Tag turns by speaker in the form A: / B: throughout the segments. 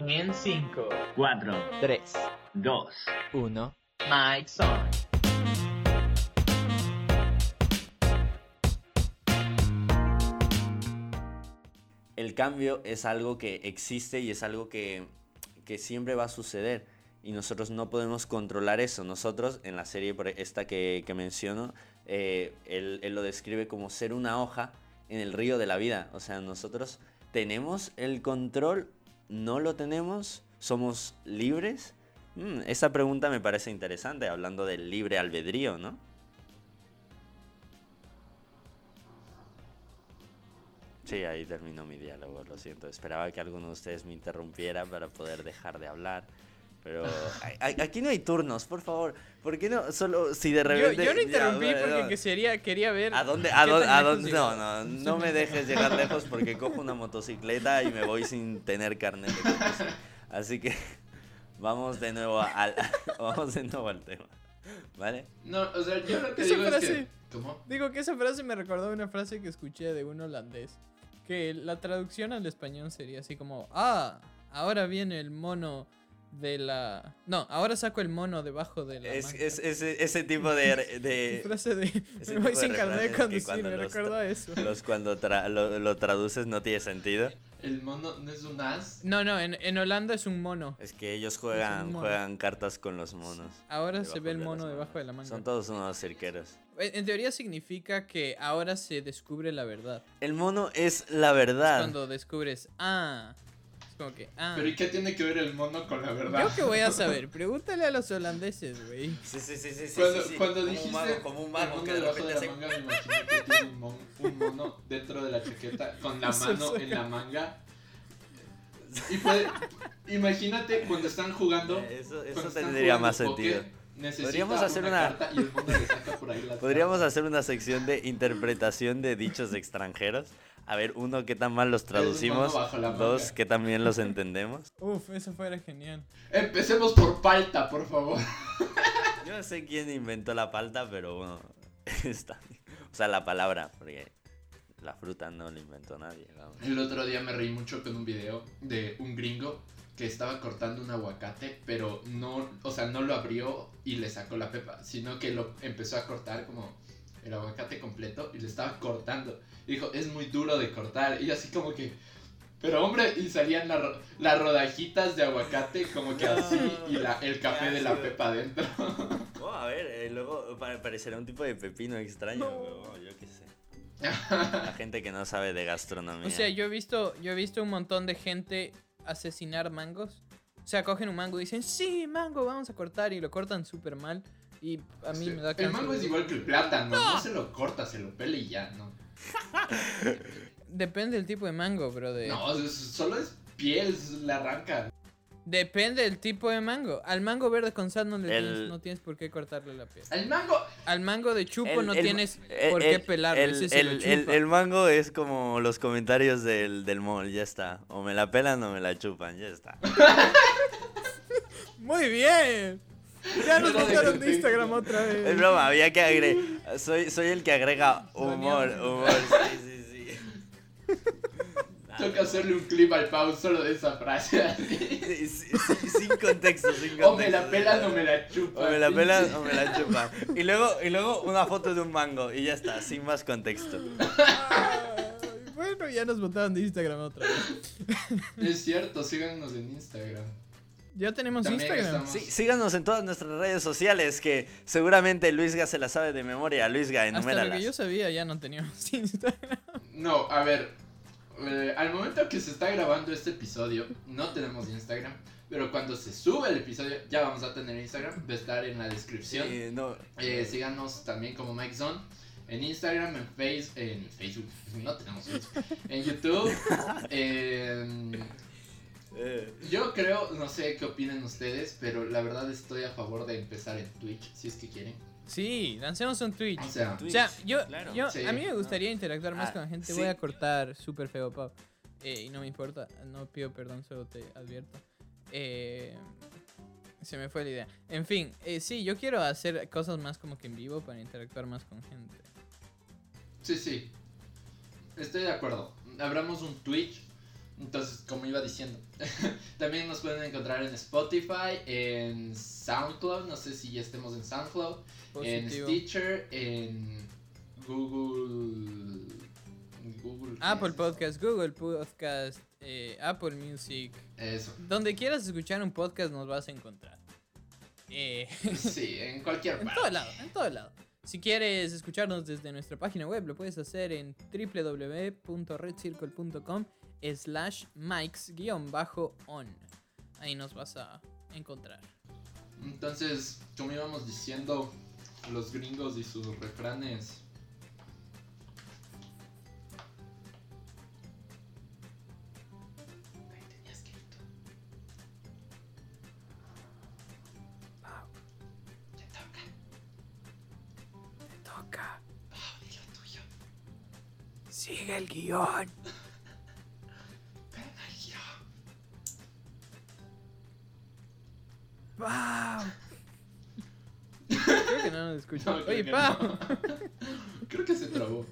A: en 5,
B: 4,
C: 3,
B: 2.
C: 1.
A: Mike Son.
D: el cambio es algo que existe y es algo que, que siempre va a suceder. Y nosotros no podemos controlar eso. Nosotros, en la serie por e-, esta que, que menciono, eh, él, él lo describe como ser una hoja en el río de la vida. O sea, nosotros tenemos el control, no lo tenemos, somos libres. Mm, esa pregunta me parece interesante, hablando del libre albedrío, ¿no? Sí, ahí terminó mi diálogo, lo siento. Esperaba que alguno de ustedes me interrumpiera para poder dejar de hablar. Pero a- a- aquí no hay turnos, por favor. ¿Por qué no? Solo si de
E: Yo,
D: repente...
E: yo no
D: Ya,
E: interrumpí
D: bueno,
E: porque
D: no.
E: que sería, quería ver.
D: ¿A dónde?
E: qué
D: ¿A dónde?
E: tan
D: a
E: lejos
D: dónde-
E: llegaba.
D: No, no, no me dejes llegar lejos porque cojo una motocicleta y me voy sin tener carnet de conducir. Así que vamos de nuevo al, vamos de nuevo al tema. ¿Vale?
F: No, o sea, yo lo que
E: Esa
F: digo es que.
E: frase.
F: ¿Cómo?
E: Digo que esa frase me recordó una frase que escuché de un holandés. Que la traducción al español sería así como: Ah, ahora viene el mono de la. No, ahora saco el mono debajo de la.
D: Es,
E: manta".
D: es- ese, ese tipo de,
E: Mi
D: de
E: frase de.
D: ese
E: Me voy
D: tipo de
E: sin carnet de
D: refranes que
E: conducir,
D: cuando
E: me
D: los
E: recordó
D: tra-
E: a eso.
D: los cuando tra- lo, lo traduces no tiene sentido.
F: El mono no es un as.
E: No, no, en, en Holanda es un mono.
D: Es que ellos juegan,
E: mono.
D: juegan cartas con los monos.
E: Ahora
D: debajo
E: se ve el
D: de las
E: mono
D: manos.
E: debajo de la manga.
D: Son todos unos cirqueros.
E: En, en teoría significa que ahora se descubre la verdad.
D: El mono es la verdad.
E: Cuando descubres, ah, es como que, ah.
F: Pero ¿y qué tiene que ver el mono con la verdad?
E: Yo que voy a saber, pregúntale a los holandeses, güey.
D: Sí, sí, sí, sí, sí,
F: Cuando,
D: sí, sí.
F: cuando
D: Como un
F: dijiste
D: mago, como un mago
F: el mono
D: que de
F: debajo
D: repente
F: de
D: hace-
F: la manga, me imaginé que tiene un, mon- un mono dentro de la chaqueta con la
E: Eso
F: mano
E: suena.
F: en la manga. Y puede, imagínate cuando están jugando.
D: Eh, Eso,
F: cuando
D: eso
F: están
D: tendría
F: jugando
D: más sentido.
F: póker, necesita
D: Podríamos hacer una-
F: carta y el mono le saca por ahí la
D: Podríamos hacer una sección de interpretación de dichos extranjeros. A ver, uno, qué tan mal los traducimos.
F: mono bajo la manga.
D: Dos, qué tan bien los entendemos.
E: Uf, eso fuera genial.
F: Empecemos por palta, por favor.
D: Yo no sé quién inventó la palta, pero bueno, está bien. O sea, la palabra, porque la fruta no la inventó nadie. vamos.
F: El otro día me reí mucho con un video de un gringo que estaba cortando un aguacate, pero no, o sea, no lo abrió y le sacó la pepa, sino que lo empezó a cortar como el aguacate completo y le estaba cortando. Y dijo, es muy duro de cortar. Y así como que, pero hombre, y salían la ro- las rodajitas de aguacate como que así y la, el café de la
D: ácido.
F: pepa adentro.
D: Oh, a ver, eh, luego pa- parecerá un tipo de pepino extraño, pero, oh, yo qué sé. La gente que no sabe de gastronomía.
E: O sea, yo he visto, yo he visto un montón de gente asesinar mangos. O sea, cogen un mango y dicen, sí, mango, vamos a cortar, y lo cortan súper mal. Y a mí me da
F: el
E: cáncer.
F: mango es igual que el plátano, no, se lo corta, se lo pele y ya, ¿no?
E: Depende del tipo de mango, bro. de-
F: No, es- solo es piel, es- la arranca.
E: Depende del tipo de mango. Al mango verde con sal no, le
D: El-
E: tienes, no tienes por qué cortarle la piel.
F: El mango.
E: Al mango de chupo
D: El-
E: no
D: el-
E: tienes
D: el-
E: por qué
D: el-
E: pelarlo.
D: El,
E: ese se lo
D: el- el-
E: chupa.
D: el mango es como los comentarios del, del mall, ya está. O me la pelan o me la chupan, ya está.
E: Muy bien. Ya nos
F: Era de
E: mandaron de
F: contexto.
E: Instagram otra
D: Es
E: vez.
D: broma, había que agregar. Soy, soy el que agrega humor,
E: Baneado.
D: humor, sí, sí, sí.
F: Tengo que hacerle un clip al Pau solo de esa frase. así.
D: Sí, sí, sí, sin contexto, sin contexto.
F: O me la pelan o me la
D: O
F: chupan.
D: me la pelan o me la chupan. Y luego, y luego una foto de un mango y ya está, sin más contexto.
E: Ay, Bueno, ya nos mandaron de Instagram otra vez.
F: Es cierto, síganos en Instagram.
E: Ya tenemos
F: También
E: Instagram.
F: estamos-
D: Sí, síganos en todas nuestras redes sociales que seguramente Luisga se la sabe de memoria. Luisga,
E: Hasta lo
D: enuméralas.
E: que yo sabía ya no teníamos Instagram.
F: No, a ver. eh, al momento que se está grabando este episodio, no tenemos Instagram. Pero cuando se sube el episodio, ya vamos a tener Instagram. Va a estar en la descripción.
D: Sí, no.
F: Eh, síganos también como Mike Zone. En Instagram, en Face, en Facebook, no tenemos Facebook. En YouTube, en
D: Eh,
F: Yo creo, no sé qué opinen ustedes, pero la verdad estoy a favor de empezar en Twitch, si es que quieren.
E: Sí, lancemos un Twitch.
F: O sea,
E: O
D: Twitch,
E: sea, yo,
D: claro.
E: yo
F: Sí.
E: a mí me gustaría interactuar más
D: Ah,
E: con la gente.
D: sí.
E: Voy a cortar súper feo, Pau. Eh, y no me importa, no pido perdón, solo te advierto. Eh, se me fue la idea. En fin, eh, sí, yo quiero hacer cosas más como que en vivo para interactuar más con gente.
F: sí, sí. Estoy de acuerdo. Abramos un Twitch Entonces, como iba diciendo, también nos pueden encontrar en Spotify, en SoundCloud, no sé si ya estemos en SoundCloud, en
E: Positivo.
F: Stitcher, en Google. Google ¿qué
E: Apple
F: es?
E: Ah, Podcast, Google Podcast, eh, Apple Music.
F: Eso.
E: Donde quieras escuchar un podcast nos vas a encontrar. Eh,
F: Sí, en cualquier
E: en
F: parte.
E: todo lado, en todo lado. Si quieres escucharnos desde nuestra página web, lo puedes hacer en www.redcircle.com slash mics-on. Ahí nos vas a encontrar.
F: Entonces, como íbamos diciendo, los gringos y sus refranes. Ahí tenías que ir tú. Te toca.
E: Toca,
F: Pau, di lo tuyo.
E: sigue el guión.
F: Pega el giro.
E: ¡Pau! Creo que no nos escuchan.
F: No, creo
E: Oye,
F: que
E: Pau.
F: no. Creo que se trabó.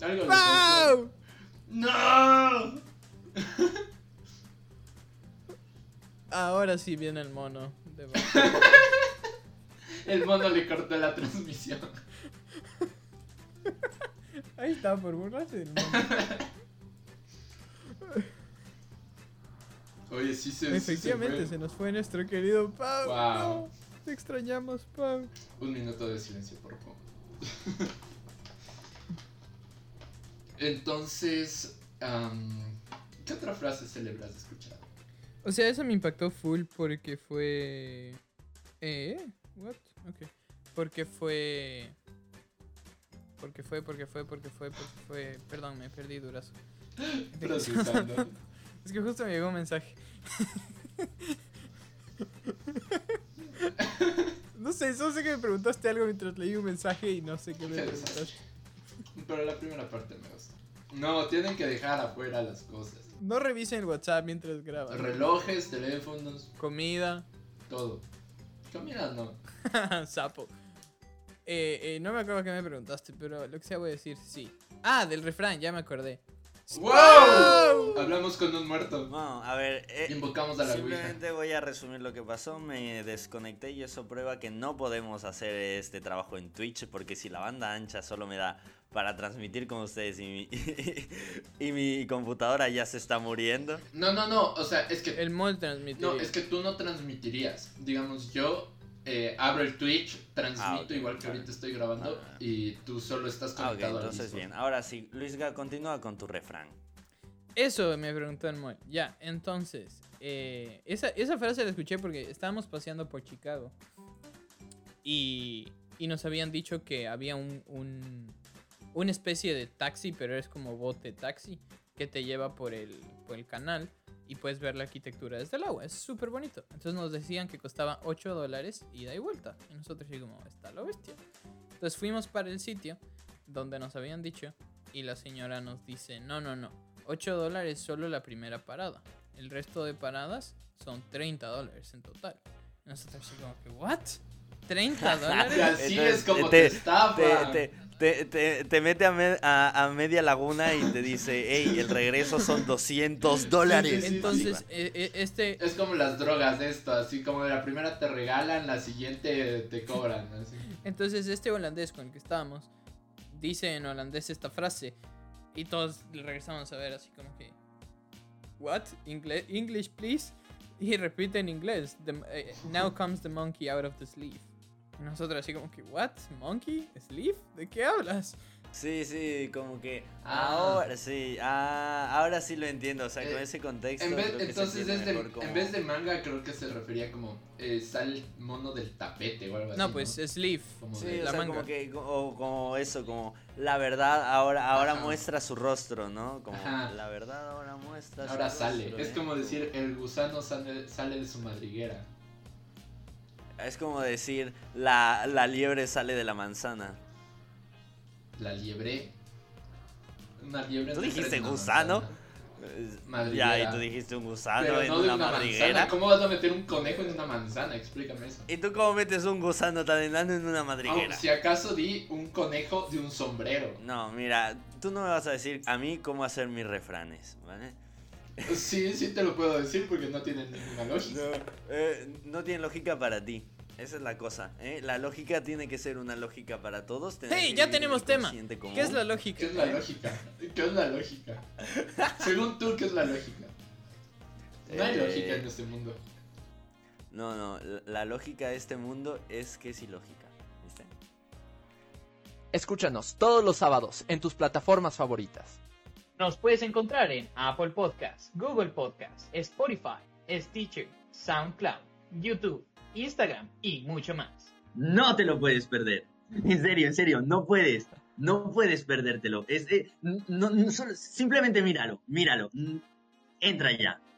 F: Algo le pasó.
E: ¡Pau!
F: ¡No!
E: Ahora sí viene el mono. de Pau.
F: El mono le cortó la transmisión.
E: Ahí está, por burlarse del mono.
F: Oye, sí se sí se
E: Efectivamente,
F: fue.
E: se nos fue nuestro querido Pau.
F: Wow.
E: No, te extrañamos, Pau.
F: Un minuto de silencio, por favor. Entonces, am, ¿qué otra frase célebre has escuchado?
E: O sea, eso me impactó full porque fue. ¿Eh? ¿What? Ok. Porque fue. Porque fue, porque fue, porque fue, porque fue. Perdón, me perdí durazo.
F: Procesando.
E: Es que justo me llegó un mensaje. No sé, solo sé que me preguntaste algo mientras leí un mensaje y no sé qué me
F: Qué
E: preguntaste.
F: desastre. Pero la primera parte me gusta. No, tienen que dejar afuera las cosas.
E: No revisen el WhatsApp mientras graban.
F: Relojes, teléfonos,
E: Comida.
F: todo. Comida no.
E: Sapo. Eh, eh, no me acuerdo qué me preguntaste, pero lo que sea voy a decir, sí. Ah, del refrán, ya me acordé.
F: ¡Wow! Hablamos con un muerto.
D: Bueno, a ver, eh,
F: Invocamos a la Ouija.
D: simplemente voy a resumir lo que pasó. Me desconecté y eso prueba que no podemos hacer este trabajo en Twitch porque si la banda ancha solo me da para transmitir con ustedes y mi, y mi computadora ya se está muriendo.
F: No, no, no. O sea, es que
E: El mol transmite.
F: No, es que tú no transmitirías. Digamos, yo eh, abro el Twitch, transmito
D: Ah, ok,
F: igual que
D: vale.
F: ahorita estoy grabando
D: Ah.
F: y tú solo estás
D: Ah, ok,
F: conectado al
D: entonces
F: mismo.
D: bien. Ahora sí, Luisga, continúa con tu refrán.
E: Eso me preguntó el mol. Ya, entonces. eh, esa, esa frase la escuché porque estábamos paseando por Chicago. Y, y nos habían dicho que había un, un- una especie de taxi, pero es como bote taxi, que te lleva por el, por el canal y puedes ver la arquitectura desde el agua. Es súper bonito. Entonces nos decían que costaba 8 dólares ida y vuelta. Y nosotros así como, está la bestia. Entonces fuimos para el sitio donde nos habían dicho y la señora nos dice, no, no, no, 8 dólares solo la primera parada. El resto de paradas son 30 dólares en total. Y Nosotros así como que, ¿what? ¿30
F: Y
E: dólares?
D: Entonces,
F: así
D: eh,
F: es como
D: te-
F: te, estafa.
D: Te, te- te- te- te mete a, me- a- a media laguna y te dice, hey, el regreso son 200 dólares.
F: Sí, sí,
E: Entonces, eh, eh, este,
F: Es como las drogas de esto, así como de la primera te regalan, la siguiente te cobran. así.
E: Entonces este holandés con el que estábamos dice en holandés esta frase y todos le regresamos a ver así como que What? Ingle- English please? Y repite en inglés "The- eh, Now comes the monkey out of the sleeve. Y nosotros así como que What? Monkey? Sleeve? ¿De qué hablas?
D: Sí, sí, como que
F: Ah.
D: ahora sí, ah, ahora sí lo entiendo, o sea, con
F: Eh,
D: ese contexto.
F: En vez,
D: creo que se
F: entonces,
D: entiende
F: es de-
D: mejor como-
F: en vez de manga, creo que se refería como eh, sal mono del tapete o algo así.
E: No, pues sleeve.
F: Como
D: Sí,
F: de-
D: o
E: la
D: sea,
E: manga.
D: como que, co- o como eso, como la verdad ahora, ahora
F: Ajá.
D: muestra su rostro, ¿no? Como
F: Ajá.
D: la verdad ahora muestra su
F: Ahora
D: rostro.
F: sale. Es
D: ¿eh?
F: como decir, el gusano sale, sale de su madriguera.
D: Es como decir, la, la liebre sale de la manzana.
F: La liebre. Una liebre.
D: ¿Tú
F: no
D: dijiste
F: crece en una
D: gusano?
F: manzana.
D: Eh,
F: Madriguera.
D: Ya, y tú dijiste un gusano
F: Pero
D: en
F: no de
D: una,
F: una
D: madriguera.
F: manzana. ¿Cómo vas a meter un conejo en una manzana? Explícame eso.
D: ¿Y tú cómo metes un gusano tan enano en una madriguera?
F: Ah, si acaso di un conejo de un sombrero.
D: No, mira, tú no me vas a decir a mí cómo hacer mis refranes, ¿vale?
F: Sí, sí te lo puedo decir porque no tiene ninguna lógica.
D: No, eh, no tiene lógica para ti. Esa es la cosa. ¿eh? La lógica tiene que ser una lógica para todos. tenemos
E: ¡Hey!
D: que
E: Ya
D: vivir
E: tenemos
D: el
E: tema.
D: consciente común.
E: ¿Qué es la lógica?
F: ¿Qué es la lógica? ¿Qué es la lógica? Según tú, ¿qué es la lógica? No hay
D: Eh,
F: lógica en este mundo.
D: No, no. la- La lógica de este mundo es que es ilógica. ¿Viste?
B: Escúchanos todos los sábados en tus plataformas favoritas.
A: Nos puedes encontrar en Apple Podcasts, Google Podcasts, Spotify, Stitcher, SoundCloud, YouTube, Instagram y mucho más.
C: No te lo puedes perder. En serio, en serio, no puedes. No puedes perdértelo. Es, eh, no, no- solo- simplemente míralo, míralo. Mm, Entra ya.